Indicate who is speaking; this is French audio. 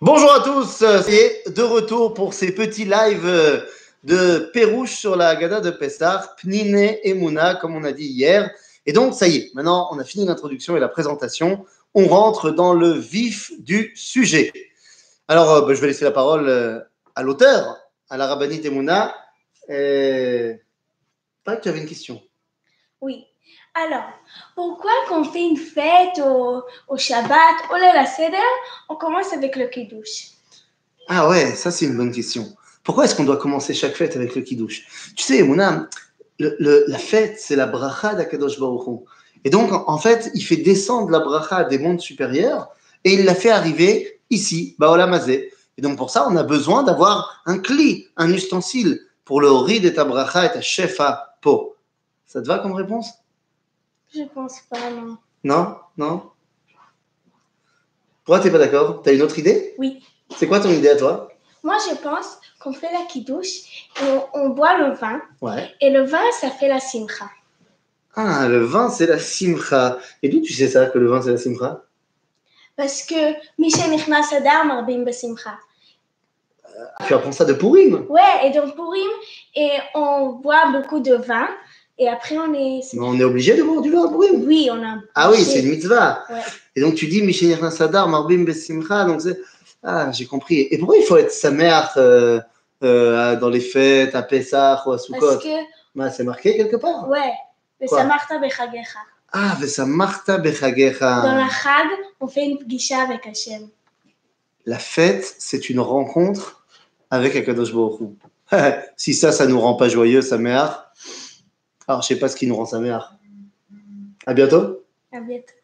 Speaker 1: Bonjour à tous, euh, et de retour pour ces petits lives euh, de Pérouche sur la Gada de Pessar, Pnine et Mouna, comme on a dit hier. Et donc, ça y est, maintenant on a fini l'introduction et la présentation. On rentre dans le vif du sujet. Alors, ben, je vais laisser la parole à l'auteur, à la rabbinite Emouna. Et... Pas que tu avais une question.
Speaker 2: Oui. Alors, pourquoi quand on fait une fête au, au Shabbat, au la Seder, on commence avec le Kiddush
Speaker 1: Ah ouais, ça c'est une bonne question. Pourquoi est-ce qu'on doit commencer chaque fête avec le Kiddush Tu sais, Emouna, le, le, la fête, c'est la bracha d'Akadosh Baruch Hu. Et donc, en fait, il fait descendre la bracha des mondes supérieurs et il la fait arriver ici, Baolamazé. Et donc, pour ça, on a besoin d'avoir un cli, un ustensile pour le Horid et ta bracha et ta shefa po. Ça te va comme réponse
Speaker 2: Je pense pas, non.
Speaker 1: Non Non Pourquoi t'es pas d'accord T'as une autre idée
Speaker 2: Oui.
Speaker 1: C'est quoi ton idée à toi
Speaker 2: Moi, je pense qu'on fait la kidouche et on, on boit le vin.
Speaker 1: Ouais.
Speaker 2: Et le vin, ça fait la simcha.
Speaker 1: Ah, le vin, c'est la simcha. Et d'où tu sais ça, que le vin, c'est la simcha
Speaker 2: Parce que Michel Nichnas Adar Marbim Basimcha.
Speaker 1: Tu apprends ça de Pourim
Speaker 2: Ouais, et donc Pourim, et on boit beaucoup de vin, et après on est.
Speaker 1: Mais on est obligé de boire du vin à Pourim
Speaker 2: Oui, on a.
Speaker 1: Ah oui, c'est une mitzvah.
Speaker 2: Ouais.
Speaker 1: Et donc tu dis Michel Sadar, Marbim Besimcha, donc c'est. Ah, j'ai compris. Et pourquoi il faut être sa mère euh, euh, dans les fêtes, à Pessah ou à Sukkot
Speaker 2: Parce que,
Speaker 1: Bah, C'est marqué quelque part
Speaker 2: ouais, le
Speaker 1: Quoi
Speaker 2: Samarta Bechagecha.
Speaker 1: Ah, ça Martha
Speaker 2: Dans
Speaker 1: Bechagecha.
Speaker 2: la Chag, on fait une guicha avec Hachem.
Speaker 1: La fête, c'est une rencontre avec Akadosh Baruch Hu. si ça, ça nous rend pas joyeux, sa mère. Alors, je sais pas ce qui nous rend sa mère. À bientôt.
Speaker 2: À bientôt.